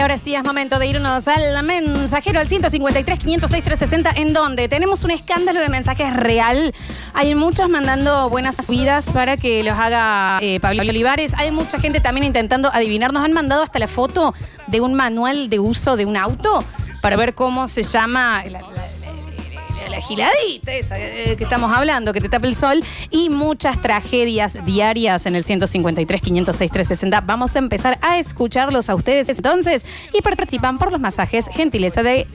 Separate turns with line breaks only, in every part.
ahora sí es momento de irnos al mensajero al 153 506 360 en donde tenemos un escándalo de mensajes real. Hay muchos mandando buenas subidas para que los haga eh, Pablo Olivares. Hay mucha gente también intentando adivinar. Nos han mandado hasta la foto de un manual de uso de un auto para ver cómo se llama la, la- la- la- la giladita esa eh, que estamos hablando, que te tapa el sol. Y muchas tragedias diarias en el 153 506 360. Vamos a empezar a escucharlos a ustedes entonces y participan por los masajes gentileza de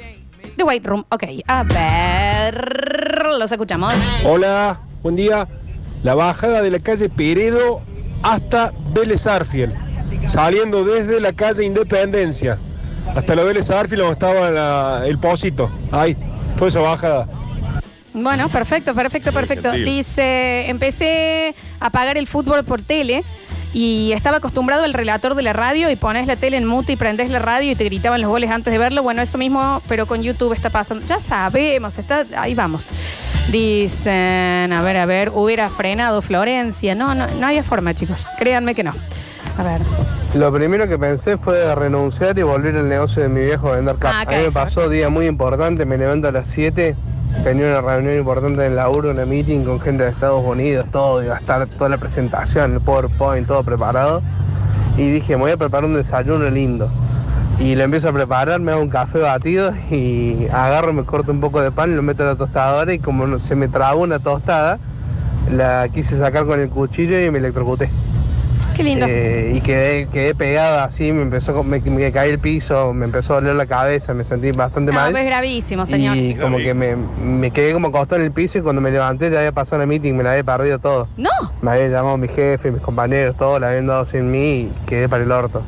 The White Room. Ok, a ver, los escuchamos.
Hola, buen día. La bajada de la calle Peredo hasta Vélez Arfiel, saliendo desde la calle Independencia hasta la Vélez Arfiel donde estaba la- el Pocito. Ahí, toda esa bajada.
Bueno, perfecto, perfecto, perfecto.
gentil.
Dice, empecé a pagar el fútbol por tele y estaba acostumbrado al relator de la radio y pones la tele en mute y prendés la radio y te gritaban los goles antes de verlo. Bueno, eso mismo, pero con YouTube está pasando. Ya sabemos, está, ahí vamos. Dicen, a ver, a ver, hubiera frenado Florencia. No, no, no había forma, chicos. Créanme que no. A ver.
Lo primero que pensé fue renunciar y volver al negocio de mi viejo a vender
Ah,
capas.
acá
a mí me
está.
pasó día muy importante, me levanto a las 7, tenía una reunión importante en el laburo, una meeting con gente de Estados Unidos, todo, iba a estar toda la presentación, el PowerPoint, todo preparado. Y dije, me voy a preparar un desayuno lindo. Y lo empiezo a preparar, me hago un café batido y agarro, me corto un poco de pan, lo meto a la tostadora y como no- se me trabó una tostada, la quise sacar con el cuchillo y me electrocuté.
Qué lindo.
Eh, y quedé, quedé pegado así, me empezó co- me, me caí el piso, me empezó a doler la cabeza, me sentí bastante
No,
mal.
Ah, es gravísimo, señor.
Y como que me, me quedé como acostado en el piso y cuando me levanté ya había pasado el meeting, me la había perdido todo.
No.
Me había llamado mi jefe, mis compañeros, todos la habían dado sin mí y quedé para el orto.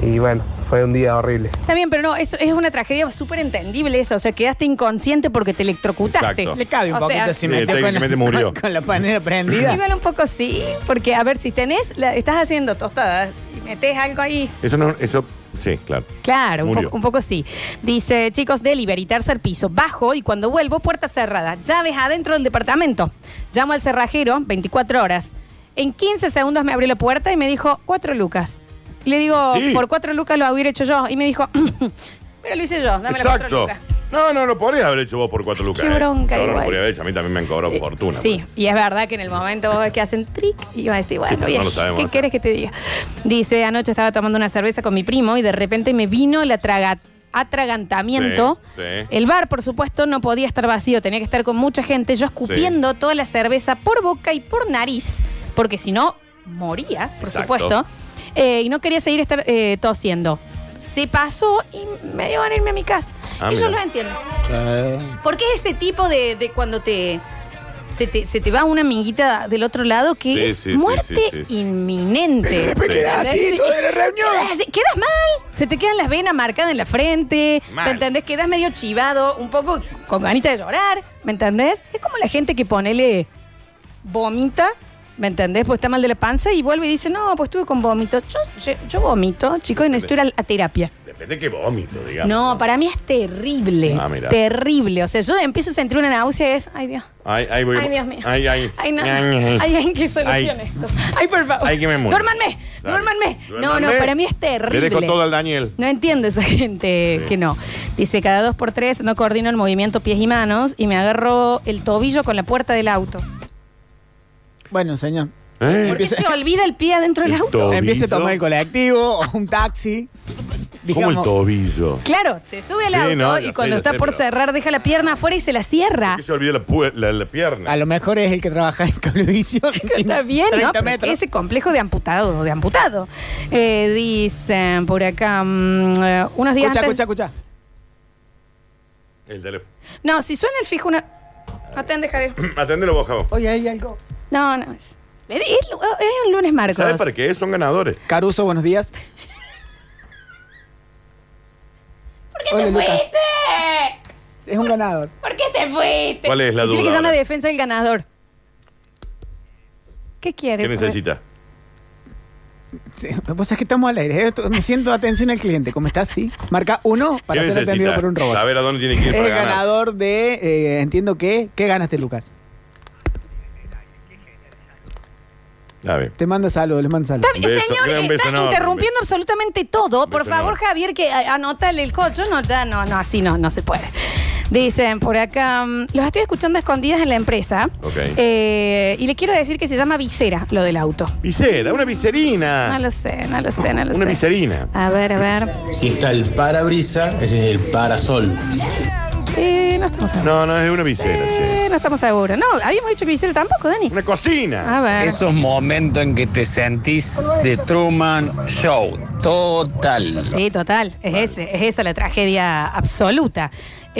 Y bueno, fue un día horrible.
Está bien, pero no, es, es una tragedia súper entendible esa. O sea, quedaste inconsciente porque te electrocutaste.
Exacto.
Le cabe un
O
poquito
sea,
si
Sí,
metió con la,
técnicamente murió.
con- con la panera prendida.
Igual un poco sí, porque a ver, si tenés, la- estás haciendo tostadas y metes algo ahí.
Eso no, eso, sí, claro.
Claro, un,
Murió.
poco- un poco sí. Dice, chicos, delivery, tercer piso, bajo y cuando vuelvo, puerta cerrada. Llaves adentro del departamento. Llamo al cerrajero, 24 horas. En 15 segundos me abrió la puerta y me dijo, cuatro lucas. Y le digo,
Sí.
por cuatro lucas lo hubiera hecho yo. Y me dijo, pero lo hice yo, dame las cuatro
Exacto.
lucas.
No, no, lo podrías haber hecho vos por cuatro lucas.
qué
eh.
bronca
Yo no lo
igual. Eh,
podría haber hecho, a mí también me han cobrado fortuna.
Sí,
pues.
y es verdad que en el momento vos ves que hacen trick y vas a decir, bueno,
pero no
bien,
lo sabemos
¿qué
hacer.
quieres que te diga? Dice, anoche estaba tomando una cerveza con mi primo y de repente me vino el atraga- atragantamiento.
Sí, sí.
El bar, por supuesto, no podía estar vacío, tenía que estar con mucha gente, yo escupiendo toda la cerveza por boca y por nariz, porque si no, moría, por
Exacto.
supuesto, Eh, y no quería seguir estar eh, tosiendo. Se pasó y me dio a irme a mi casa.
Ah,
y yo
mira.
lo entiendo. Porque es ese tipo de, de cuando te se, te. se te va una amiguita del otro lado que
Sí,
es
sí, sí,
muerte
sí, sí, sí.
inminente.
Me quedás
¿Entendés?
así
Sí.
toda la reunión.
Quedás así, Quedas mal. Se te quedan las venas marcadas en la frente.
Mal.
¿Me entendés? Quedas medio chivado, un poco con ganita de llorar. ¿Me entendés? Es como la gente que ponele vomita. ¿Me entendés? Pues está mal de la panza y vuelve y dice, no, pues estuve con vómito. Yo, yo, yo vomito, chicos, y necesito ir a- a terapia.
Depende de qué vómito, digamos.
No, para mí es terrible.
Ah, mira.
terrible. O sea, yo empiezo a sentir una náusea y es, ay Dios.
Ay, ay, voy.
Ay, Dios mío.
Ay, ay. ¿Eh?
Ay, no.
Ay,
Ay, ay, que solucione
Ay.
esto. Ay, por favor.
Ay, que me muero.
Duérmanme,
Dale.
duérmanme. No, no,
Duérmanme.
para mí es terrible.
Le dejo todo al Daniel.
No entiendo esa gente
Sí.
que no. Dice, cada dos por tres no coordino el movimiento pies y manos y me agarro el tobillo con la puerta del auto.
Bueno, señor.
¿Eh?
¿Por qué
Empieza-
se olvida el pie adentro del
El
auto?
tobillo.
Empiece a tomar el colectivo o un taxi.
¿Cómo el
Digamos,
tobillo?
Claro, se sube al
Sí,
auto
no,
y
ya
cuando
sé, ya
está
sé,
por
pero-
cerrar deja la pierna afuera y se la cierra.
¿Por qué se olvida la, pu- la- la pierna?
A lo mejor es el que trabaja en Cablevisión.
Está bien, ¿no?
30
Pero
metros.
Ese complejo de amputado, de amputado. Eh, dicen por acá, mm, eh, unos días
Escucha,
antes...
escucha, escucha.
El teléfono.
No, si suena el fijo una... Atende, Javier.
Aténdelo vos, Javo.
Oye, hay algo.
No, no. Le di- Es, lu- es un lunes marcos.
¿Sabes para qué? Son ganadores.
Caruso, buenos días.
¿Por qué
Hola,
te
Lucas.
fuiste?
Es un ganador.
¿Por qué te fuiste?
¿Cuál es la
Decirle
duda
que llama
ahora?
defensa del ganador. ¿Qué quiere?
¿Qué necesita?
Sí, Vos sabés que estamos al aire. ¿eh? Esto- Me siento atención al cliente. ¿Cómo estás? Sí. Marca uno para
¿Qué
ser
necesita?
atendido por un robot.
Saber a dónde tiene que ir
Es
para
el
ganar.
ganador de. eh, entiendo que. ¿Qué ganaste, Lucas?
Está bien.
Te manda saludos, les manda saludos.
Un beso,
Señor,
gran beso
está
enorme.
interrumpiendo absolutamente todo.
Un
Por
beso
favor,
enorme.
Javier, que a- anótale el coche. No, ya, no, no, así no, no se puede. Dicen por acá, mm, los estoy escuchando a escondidas en la empresa.
Ok.
Eh, y le quiero decir que se llama visera lo del auto.
Visera, una viserina.
No Ah, lo sé, no lo sé, no lo
Ah.
sé.
una
Ah.
viserina.
A ver, a ver.
Si está el parabrisa, ese es el parasol.
Eh, no estamos seguros.
No, no, es una visera, che.
Eh, no estamos seguros. No, habíamos dicho que visera tampoco, Dani.
Una cocina.
A ver.
Esos momentos en que te sentís de Truman Show. Total.
Sí, total. Es, ese, es esa la tragedia absoluta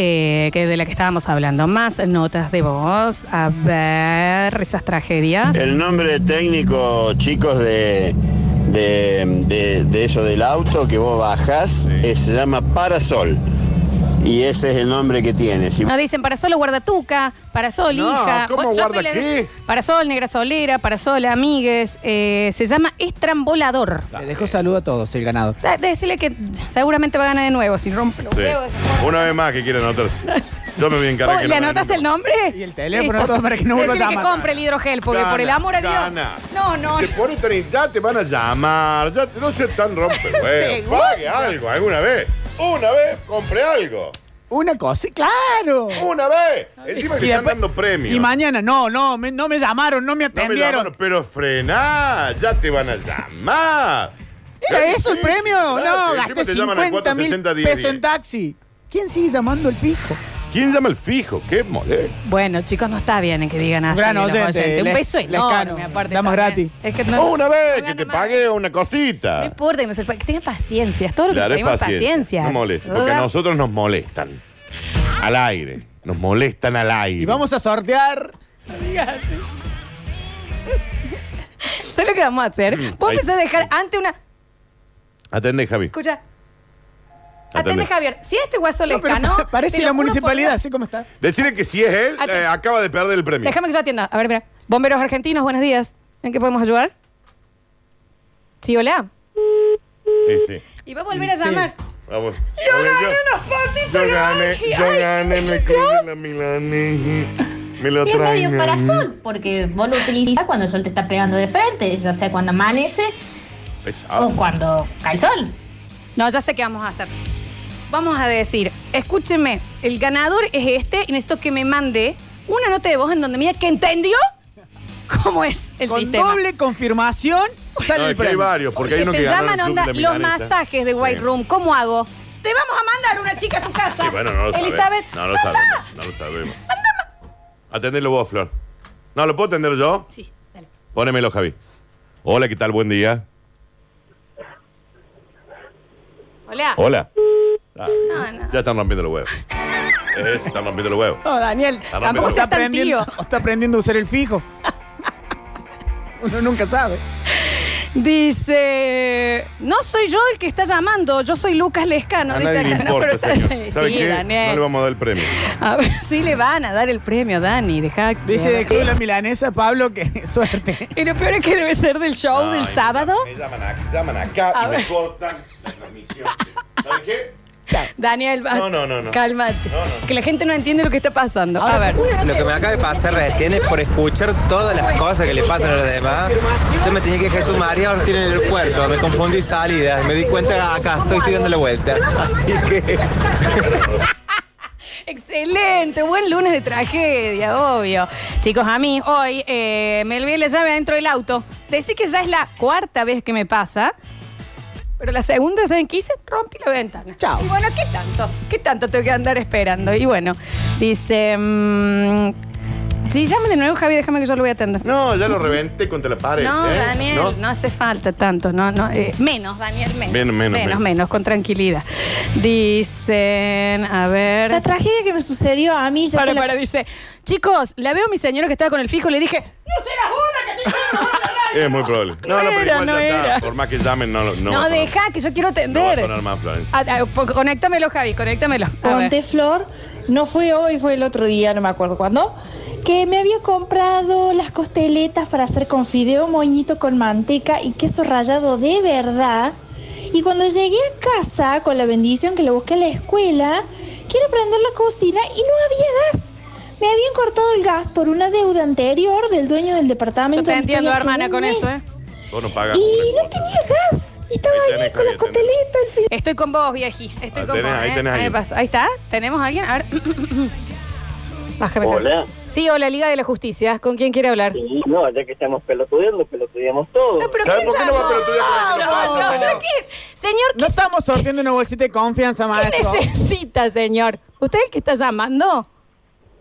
eh, que de la que estábamos hablando. Más notas de voz. A ver, esas tragedias.
Eh,
El nombre técnico, chicos, de, de, de- de eso del auto que vos bajás es- se llama Parasol. Y ese es el nombre que tiene. Si
No dicen para solo guardatuca, para sol
No,
hija.
¿cómo
Vos, yo
guarda
te la-
qué?
Para sol, negra solera, para sol, amigues. Eh, se llama estrambolador.
Le dejo saludo a todos, el ganado.
Da- Decirle que seguramente va a ganar de nuevo si rompe los
Sí.
huevos.
Una vez más que quiere anotarse. Yo me voy a encargar
Oh,
que
¿Le
no me
anotaste el
anoten.
nombre?
Y el teléfono, todo para que no vuelva a
Decirle que
llamar.
compre el hidrogel, porque por el
Gana,
amor a Dios.
gana.
No, no,
Te
no.
pones tan- ya te van a llamar. Ya te- no se tan rompe, güey.
Seguro.
Pague algo, alguna vez. Una vez, compre algo.
Una cosa, claro.
Una vez. Encima que
Y
le están
después-
dando premios.
Y mañana, no, no, me- no me llamaron, no me
No me
atendieron.
llamaron, pero frená, ya te van a llamar.
Eh,
¿Era eso el
Sí,
premio?
sí,
no,
sí,
gasté
encima te llaman al
50 mil
460 10.
pesos en taxi. ¿Quién sigue llamando el fijo?
¿Quién llama el fijo? Qué molesto.
Bueno, chicos, no está bien en que digan así.
Gran
los
oyente,
oyentes. Un
les-
beso
les
enorme,
cano.
aparte.
Damos
también.
gratis.
Es que no-
una
no
vez
gana
que te
más.
pague una
No
cosita.
importa que, no se, que tengan paciencia. Es todo lo que
Claro, es
pedimos
paciencia.
paciencia.
No molesta, porque a nosotros nos molestan. Al aire. Nos molestan al aire.
Y vamos a sortear.
¿Sabes lo que vamos a hacer? Vos
Mm,
ahí.
empezás a dejar ante una.
Atende, Javi.
Escucha. Atende,
Atende.
Javier. Si este guaso le
No, pero
ganó.
pa- parece
te
la
lo juro por
municipalidad,
Dios.
¿sí cómo está?
Decirle que si es él,
Atende.
eh, acaba de perder el premio.
Déjame que yo atienda. A ver, mira. Bomberos argentinos, buenos días. ¿En qué podemos ayudar? Sí, hola.
Sí, sí.
Y va a volver a
Sí.
llamar.
Vamos.
Yo
A ver,
gané unos patitos
yo
de
gané,
Angie.
yo
Ay,
gané, me
Dios.
quedé la milanesa. Me lo
Y es medio
traen.
para sol, porque vos lo utilizás cuando el sol te está pegando de frente, ya sea cuando amanece
Pesado.
Oh,
o cuando cae el sol.
No, ya sé qué vamos a hacer. Vamos a decir, escúcheme, el ganador es este y necesito que me mande una nota de voz en donde me diga que entendió cómo es el
Con
sistema.
doble confirmación sale
No,
el
es que hay
premio.
varios, porque hay
Que
uno
te
que ganó
llaman
el club
onda
de la
los
milanesa.
masajes de White
Sí.
Room, ¿cómo hago? Te vamos a mandar una chica a tu casa.
Sí, bueno, no lo sabemos.
Elizabeth,
No lo sabemos. No lo sabemos. Atendelo vos, Flor. No, ¿lo puedo atender yo?
Sí, dale.
Pónemelo, Javi. Hola, ¿qué tal? Buen día.
Hola.
Hola. Ah,
No, no.
ya están rompiendo los huevos. Eso, están rompiendo los huevos.
No, Daniel,
Perdón,
tampoco
pero-
seas tan
Está
tío.
aprendiendo, está aprendiendo a usar el fijo. Uno nunca sabe.
Dice, no soy yo el que está llamando, yo soy Lucas Lescano.
a
dice
nadie le
acá. No,
importa,
pero está-
señor. ¿Sabe
sí,
qué?
Daniel.
No le vamos a dar el premio.
A ver, sí le van a dar el premio, Dani. Deja
Dice de Club La Milanesa, Pablo, que suerte.
Y lo peor es que debe ser del show
Ay,
del sábado.
Me llaman, a- llaman acá
A
y
ver.
me cortan la transmisión. ¿Sabes qué?
Daniel, va-
No, no, no, no.
cálmate.
No, no, no.
Que la gente no entiende lo que está pasando. A ver.
Lo que me acaba de pasar recién es por escuchar todas las cosas que le pasan a los demás. Yo me tenía que Jesús María, ahora tiene en el puerto. Me confundí salidas. Me di cuenta acá, estoy, estoy dando la vuelta. Así que.
Excelente, buen lunes de tragedia, obvio. Chicos, a mí hoy eh, me olvidé la llave adentro del auto. Decí que ya es la cuarta vez que me pasa. Pero la segunda, ¿saben qué hice? Rompí la ventana.
Chao.
Y bueno, ¿qué tanto? ¿Qué tanto tengo que andar esperando? Y bueno, dice... mm, sí, llame de nuevo, Javi, déjame que yo lo voy a atender.
No, ya lo reventé contra la pared.
No,
¿eh?
Daniel, ¿No? hace falta tanto, no, no, eh, menos, Daniel, menos.
Menos, menos,
menos,
menos.
menos, con tranquilidad. Dicen, a ver.
La tragedia que me sucedió a mí ya
Para,
te la-
para, dice, chicos, la veo a mi señora que estaba con el fijo, le dije, no serás una que te hicieron una radio".
Es muy probable. No, no, pero
Era,
igual
no
ya
era.
está. Por más que llamen, no lo- No,
No,
va a sonar.
deja, que yo quiero
No va a
atender.
sonar más, Florencia.
Ah, ah, po- conéctamelo, Javi, conéctamelo. A ver.
Conté Flor, no fue hoy, fue el otro día, no me acuerdo cuándo, que me había comprado las costeletas para hacer con fideo moñito con manteca y queso rallado de verdad. Y cuando llegué a casa, con la bendición que le busqué a la escuela, quiero prender la cocina y no había gas. Me había habían cortado el gas por una deuda anterior del dueño del departamento.
Yo te
donde estoy
entiendo,
hace
hermana,
un
con eso, ¿eh?
mes.
Vos no pagás.
Y no tenía gas. Y estaba
Ahí
ahí
tenés,
con la
Javier, tenés.
costeleta al final.
Estoy con vos, vieji. Estoy
Ahí
con
Ah,
vos.
tenés, ahí
¿eh?
tenés
Ahí
alguien.
pasó. Ahí está. ¿Tenemos a alguien? A ver. Bájame.
Hola.
Sí, hola, Liga de la Justicia. ¿Con quién quiere hablar?
No, ya que estamos pelotudeando, pelotudeamos todo.
No, pero
¿Sabes por qué no va a pelotudear con este la
No, no,
gente?
no, ¿qué? Señor,
No estamos sorteando una bolsita de confianza,
¿qué
maestro.
necesita, señor? ¿Usted es el que está llamando?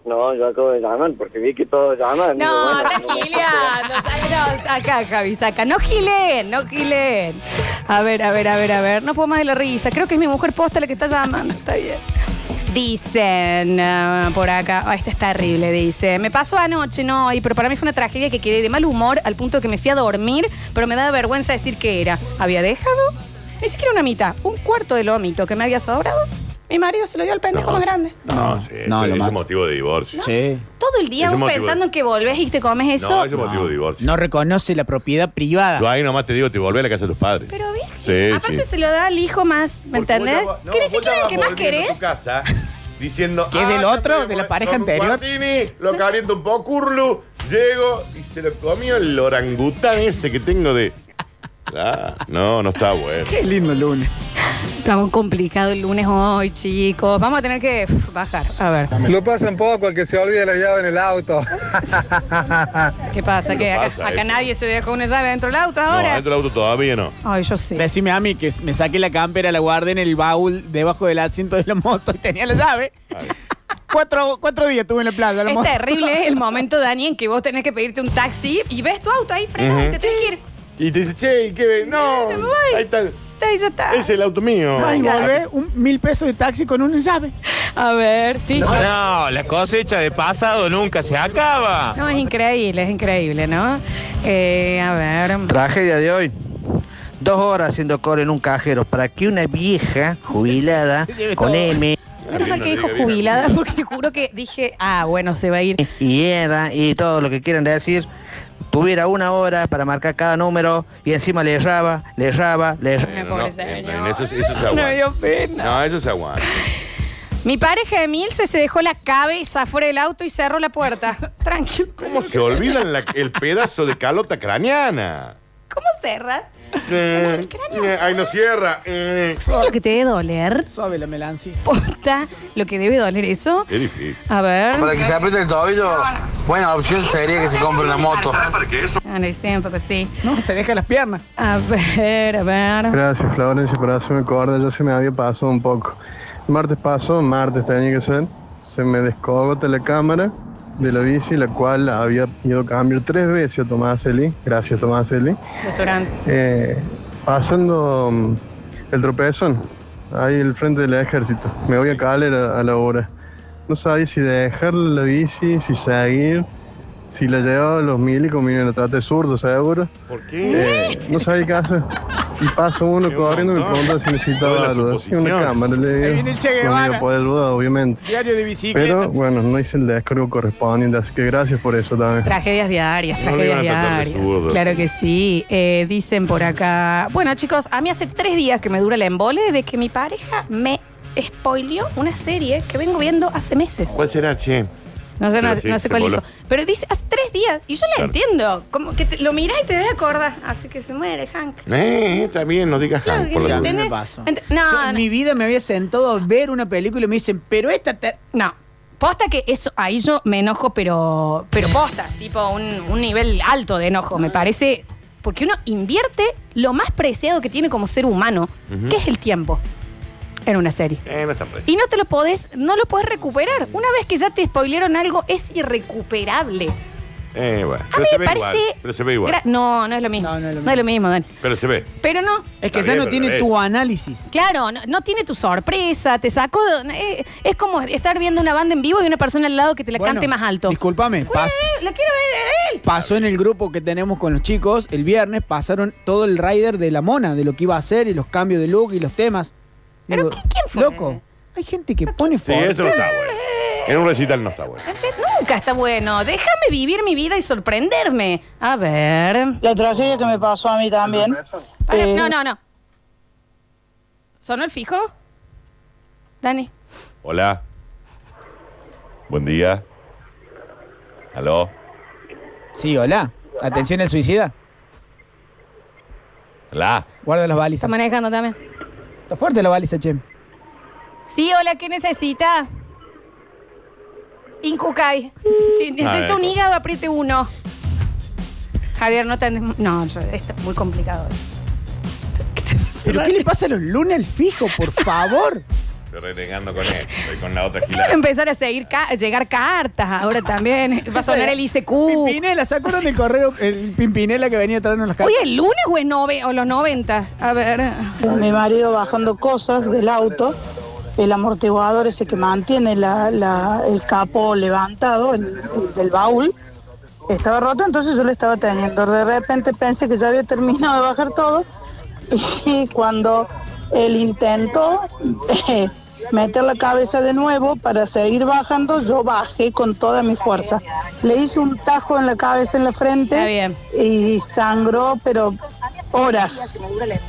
No, yo acabo de llamar porque vi que todos llaman. Digo,
No,
bueno,
está
no me-
gileando. sa- no, acá, Javi, saca. No gileen, no gileen. A ver, a ver, a ver, a ver. No puedo más de la risa. Creo que es mi mujer posta la que está llamando. Está bien. Dicen ah, por acá, ah, esta es terrible, dice. Me pasó anoche, no, y pero para mí fue una tragedia que quedé de mal humor al punto que me fui a dormir, pero me da vergüenza decir que era. ¿Había dejado? Ni siquiera una mitad, un cuarto del lomito que me había sobrado. Mi marido se lo dio al pendejo más grande.
No, sí,
no,
ese- ese
lo mato.
es motivo de divorcio.
Sí.
Todo el día
Ese
vos
motivo-
pensando en que volvés y te comes eso.
No, ese es motivo de divorcio.
Ah. No reconoce la propiedad privada.
Yo ahí nomás te digo, te volvés a la casa de tus padres.
Pero bien.
Sí,
Aparte
sí.
se lo da al hijo más, ¿me entendés? que ni siquiera el que más querés.
casa diciendo. "Ah,
¿Que es del
ya
otro,
me voy
de la
a-
pareja
con un
anterior?
martini, lo caliento un poco, curlu, llego y se lo comió el orangután ese que tengo de. Ah, no, no está bueno.
Qué lindo lunes.
Está muy complicado el lunes hoy, chicos. Vamos a tener que uf, bajar. A ver.
Lo pasan poco, el que se olvida la llave en el auto.
¿Qué pasa?
No
que acá,
pasa
acá
eso.
nadie se deja una llave dentro del auto
No,
ahora.
dentro del auto todavía no.
Ay, yo sí.
Decime a mí que me saque la campera, la guarde en el baúl debajo del asiento de la moto y tenía la llave.
Ay.
cuatro, cuatro días estuve en la playa. La
Es
moto.
terrible el momento, Dani, en que vos tenés que pedirte un taxi y ves tu auto ahí frenado y
Ujú.
te tenés que ir.
Y te dice, che, ¿qué ve? No,
Me voy.
ahí está.
Está ahí, ya está.
Es el auto mío.
Ay, volvé un mil pesos de taxi con una llave.
A ver, sí. No,
No, la cosecha de pasado nunca se acaba.
es increíble, es increíble, ¿no? Eh, a ver.
Tragedia de hoy. Dos horas haciendo core en un cajero para que una vieja jubilada
lleve
con
todo.
M
Menos mal que dijo jubilada, porque te juro que dije, ah, bueno, se va a ir.
y EDA y todo lo que quieran decir tuviera una hora para marcar cada número y encima le erraba, le erraba, le erraba.
Ay,
No, no,
Eh, pobre
en
señor.
eso, eso se
Me dio
aguanta.
pena.
No, eso se aguanta.
Mi pareja de Milce se dejó la cabeza fuera del auto y cerró la puerta. Tranquilo.
¿Cómo se olvidan la- el pedazo de calota craneana?
¿Cómo cerra?
Eh, eh, Ahí no cierra. Eh.
¿Sabes lo que te debe doler?
Suave la melancia.
Posta, lo que debe doler eso.
Qué difícil.
A ver.
Para que se apriete el tobillo, buena opción sería que se compre una moto.
Ah, no, sí, un poco sí.
No, se deja las piernas.
A ver, a ver.
Gracias, Florencia, por hacerme acordar. Ya se me había pasado un poco. Martes pasó, martes tenía que ser. Se me descogota la cámara de la bici, la cual había ido a cambiar tres veces a Tomaselli. Gracias, Tomaselli.
Desodorante.
Eh, pasando mm, el tropezón, ahí el frente del ejército. Me voy a Calera a la hora. No sabía si dejar la bici, si seguir, si la llevaba a los milicos, miren, la traté zurdo, seguro.
¿Por qué?
Eh, no sabía qué hacer. Y pasa uno
Qué
corriendo y me
montón.
pregunta si
Lo de
necesitaba
la
algo. Sí, una
suposición.
cámara, le digo.
Ahí viene el Che
No me iba
Guevara.
a poder dudar, obviamente.
Diario de bicicleta.
Pero bueno, no hice el descargo correspondiente, así que gracias por eso también.
Tragedias diarias,
No lo
tragedias
iban a tratar de
diarias.
zurdo.
Claro que sí. Eh, dicen por acá. Bueno, chicos, a mí hace tres días que me dura el embole de que mi pareja me spoileó una serie que vengo viendo hace meses.
¿Cuál será, che?
No sé, no,
Pero sí,
no sé
se
cuál
voló.
hizo. Pero dice hace tres días. Y yo la
Claro.
entiendo. Como que te- lo mirás y te debes acordar. Así que se muere, Hank.
Eh, está bien, no digas
Claro
Hank,
que
por la
no.
duda.
¿Entendés?
Me paso.
Ent- no,
Yo
no.
en mi vida me había sentado a ver una película y me dicen, pero esta te-
No. Posta que eso, ahí yo me enojo, pero. Pero posta, tipo un, un nivel alto de enojo, me parece. Porque uno invierte lo más preciado que tiene como ser humano,
Ujú.
que es el tiempo, en una serie.
Eh, no está preso.
Y no te lo podés, no lo podés recuperar. Una vez que ya te spoilearon algo, es irrecuperable.
Eh, bueno.
A
Pero
mí me
se ve
parece.
igual. Pero se ve igual.
gra- No, no es lo mismo.
No, no es lo
No es lo mismo, Dani.
Pero se ve.
Pero no,
Es
Está
que ya
bien,
no
pero
tiene
ves.
tu análisis.
Claro, no, no tiene tu sorpresa, te sacó. de- eh, es como estar viendo una banda en vivo y una persona al lado que te la
Bueno,
cante más alto.
Discúlpame, pas-
Eh, ¡Lo quiero ver a él!
pasó en el grupo que tenemos con los chicos. El viernes pasaron todo el rider de la mona, de lo que iba a hacer y los cambios de look y los temas.
¿Pero
Digo,
qué- quién fue?
Loco, hay gente que pone
Sí,
fotos.
eso no está bueno. En un recital no está bueno.
Te- nunca está bueno. Déjame vivir mi vida y sorprenderme. A ver.
La tragedia que me pasó a mí también.
Para-
Eh,
no, no, no. ¿Sonó el fijo? Dani.
Hola. Buen día. ¿Aló?
Sí, hola. Atención el suicida.
¿Alá?
Guarda las
Está
balizas.
manejando también.
Está fuerte la baliza, Chem.
Sí, hola, ¿qué necesita? Incucay. Si necesita
ver.
un hígado, apriete uno. Javier, no te andes- No, yo- esto es muy complicado.
¿Pero qué le pasa a los lunes al fijo, por favor?
Estoy renegando con él, estoy con la otra
Van a
gilada.
empezar a seguir ca- a llegar cartas ahora también. Va a sonar el ICQ.
Pimpinela, ¿se acuerdan del correo? El Pimpinela que venía a traernos las
¿Hoy
cartas.
es lunes o es nove o los 90? A ver.
Mi marido bajando cosas del auto, el amortiguador ese que mantiene la- la- el capo levantado, el, el del baúl, estaba roto, entonces yo lo estaba teniendo. De repente pensé que ya había terminado de bajar todo y cuando él intentó eh, meter la cabeza de nuevo para seguir bajando, yo bajé con toda mi fuerza. Le hice un tajo en la cabeza, en la frente y sangró, pero horas.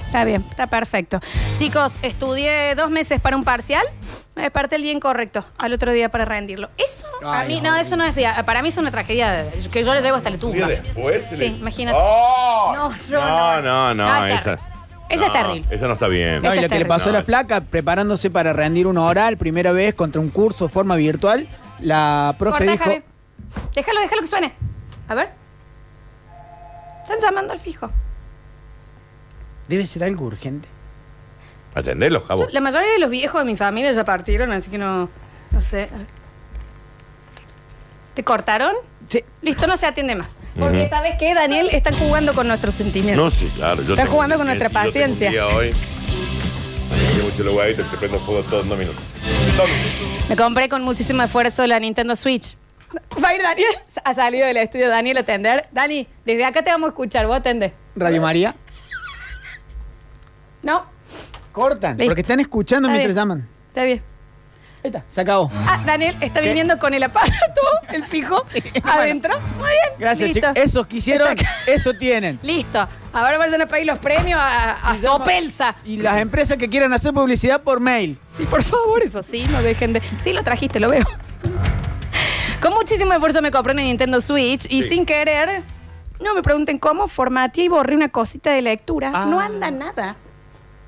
Está bien, está perfecto. Chicos, estudié dos meses para un parcial. Me desperté el día incorrecto al otro día para rendirlo. Eso, a
Ay,
mí, no, eso no es día. Para mí es una tragedia de- que yo le llevo hasta la
Un día
tumba.
después.
Sí,
le-
imagínate.
¡Oh!
No,
No, no, no,
Ah, claro.
esa.
Esa es
no,
terrible.
Esa no está bien.
No, y lo que le pasó a
No,
la flaca, preparándose para rendir una oral, primera vez contra un curso de forma virtual, la profe
Cortá,
dijo...
Javi. Déjalo, déjalo que suene. A ver. Están llamando al fijo.
Debe ser algo urgente.
Atendelo,
Yo-
Jabo.
la mayoría de los viejos de mi familia ya partieron, así que no. No sé. ¿Te cortaron?
Sí.
Listo, no se atiende más. Porque,
Ujú.
¿sabes qué, Daniel? Están jugando con nuestros sentimientos.
No, sí, claro. yo
Están
tengo
jugando con nuestra
Yo tengo un día hoy. Me quiero mucho los huevitos, te prendo fuego todo en dos minutos.
Me compré con muchísimo esfuerzo la Nintendo Switch. Va a ir Daniel. Ha salido del estudio Daniel a atender. Dani, desde acá te vamos a escuchar. Vos atendés.
Radio María.
No,
Cortan,
Listo.
porque están escuchando
Está
mientras
bien.
llaman.
está bien.
Ahí está, se acabó.
Ah, Daniel está viniendo con el aparato, el fijo, adentro. Muy bien.
Gracias,
Listo.
chicos. Esos quisieron,
Está
eso tienen.
Listo. Ahora vayan a pedir los premios a, a
Si llama-
Sopelsa.
Y las empresas que quieran hacer publicidad por mail.
Sí, por favor, eso sí, no dejen de. Sí, lo trajiste, lo veo. Con muchísimo esfuerzo me compré una Nintendo Switch y
Sí.
sin querer, no me pregunten cómo, formateé y borré una cosita de lectura. No anda nada.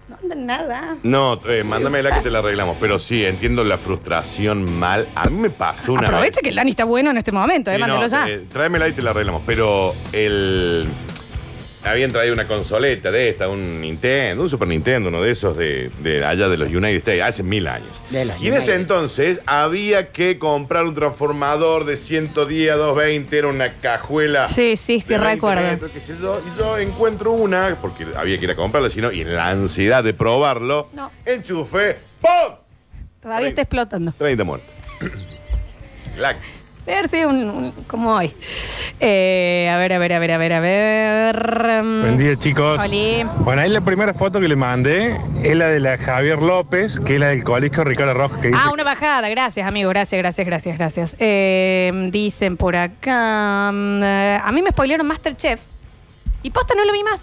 No anda nada.
No, eh, mándame la que te la arreglamos. Pero sí, entiendo la frustración mal. A mí me pasó una vez.
Aprovecha que el Dani está bueno en este momento, eh,
Sí, no,
mándelo ya.
eh, tráemela y te la arreglamos. Pero el. Habían traído una consoleta de esta, un Nintendo, un Super Nintendo, uno de esos de, de allá de los United States, hace mil años. Y en ese entonces había que comprar un transformador de 110 a 220, era una cajuela.
Sí, sí, sí,
de 20
recuerdo.
metros, qué sé yo, y yo encuentro una, porque había que ir a comprarla, sino, y en la ansiedad de probarlo,
No.
enchufé, ¡pum!
Todavía está explotando.
30 muertos. La-
Debe haber sido un, un- como hoy. Eh, a ver, a ver, a ver, a ver, a ver. mm.
Buen día, chicos.
Oli.
Bueno, ahí la primera foto que le mandé es la de la Javier López, que es la del colegio Ricardo Rojas, que dice
Ah, una bajada. Gracias, amigo. Gracias, gracias, gracias, gracias. Eh, dicen por acá. mm, eh, a mí me spoilearon Masterchef. Y posta no lo vi más.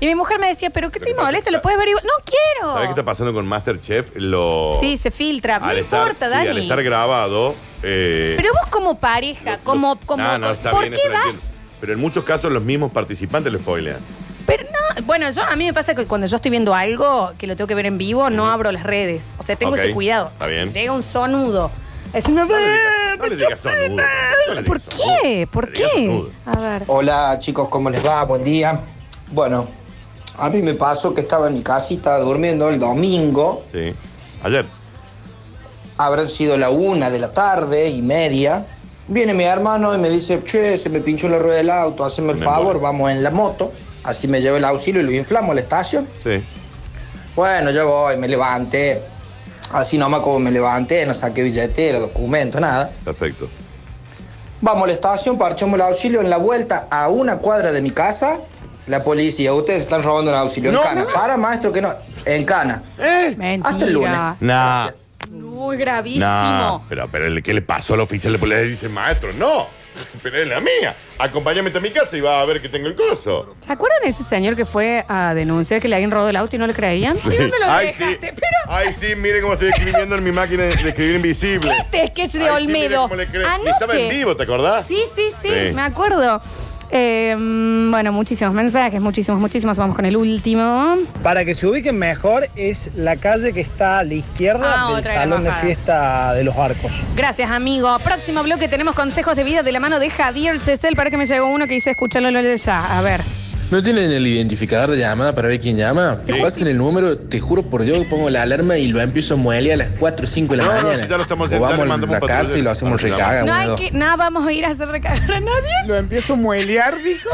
Y mi mujer me decía, ¿pero qué te molesta? ¿Lo puedes ver igual? ¡No quiero!
¿Sabes qué está pasando con Masterchef? Lo,
Sí, se filtra. No
al estar-
importa,
sí,
Dani.
al estar grabado. eh,
Pero vos como pareja, como... como
no, no, está
¿Por
bien,
qué
eso lo
vas?
entiendo. Pero en muchos casos los mismos participantes lo spoilean.
Pero no, bueno, yo a mí me pasa que cuando yo estoy viendo algo que lo tengo que ver en vivo, no abro las redes. O sea, tengo
Ok,
ese cuidado.
está bien.
Llega un sonudo. Es una-
No le digas sonudo. no le
¿Por
digas
qué? ¿Por qué? A ver.
Hola chicos, ¿cómo les va? Buen día. Bueno, a mí me pasó que estaba en mi casita durmiendo el domingo.
Sí, ayer.
Habrán sido la una de la tarde y media. Viene mi hermano y me dice, che, se me pinchó la rueda del auto, hazme el favor, vamos en la moto. Así me llevo el auxilio y lo inflamo a la estación.
Sí.
Bueno, yo voy, me levanté. Así nomás como me levanté, no saqué billetera, documento, nada.
Perfecto.
Vamos a la estación, parchamos el auxilio. En la vuelta a una cuadra de mi casa, la policía, ustedes están robando el auxilio.
No, Eh.
en cana.
no.
Para, maestro, que no. En cana.
Mentira.
Hasta el lunes.
Nah.
No. Uh, es gravísimo.
No, pero, pero el que le pasó al oficial de policía le dice, maestro, no, pero es la mía. Acompáñame hasta mi casa y va a ver que tengo el coso.
¿Se acuerdan de ese señor que fue a denunciar que le habían robado el auto y no le creían?
Sí. Ay, sí. Ay, sí, miren cómo estoy escribiendo en mi máquina de de escribir invisible.
Este sketch de
Ay, sí, mira
Olmedo.
cómo le cre-
Anote.
Estaba en vivo, ¿te acordás?
Sí, sí, sí,
Sí.
me acuerdo. Eh, mm, bueno, muchísimos mensajes, muchísimos, muchísimos. Vamos con el último.
Para que se ubiquen mejor es la calle que está a la izquierda
Ah,
del
otra de las
salón de
bajadas.
fiesta de los arcos.
Gracias, amigo. Próximo bloque tenemos consejos de vida de la mano de Javier Chesel. Para que me llegó uno que dice, escúchalo lo de ya. A ver.
¿No tienen el identificador de llamada para ver quién llama?
Sí.
Pasen el número, te juro por Dios, pongo la alarma y lo empiezo a muele a las 4 o 5 de la
No, no,
mañana.
si ya lo estamos haciendo,
o
ya le
vamos
mandamos
a la
un
casa y
patrullero.
lo hacemos
Ahora,
recagar. uno
No
de
hay
dos.
que, nada, vamos a ir a hacer recagar a nadie.
Lo empiezo a muelear, dijo.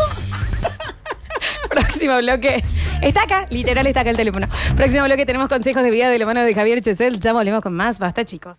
Próximo bloque. Está acá, literal está acá el teléfono. Próximo bloque tenemos consejos de vida de la mano de Javier Chesel. Ya volvemos con más. Basta, chicos.